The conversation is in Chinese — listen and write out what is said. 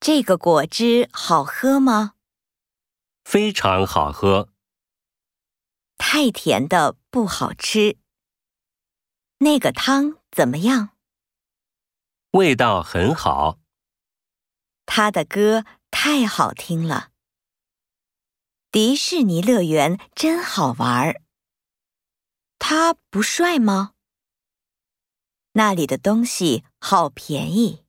这个果汁好喝吗？非常好喝，太甜的不好吃。那个汤怎么样？味道很好，他的歌太好听了。迪士尼乐园真好玩儿。他不帅吗？那里的东西好便宜。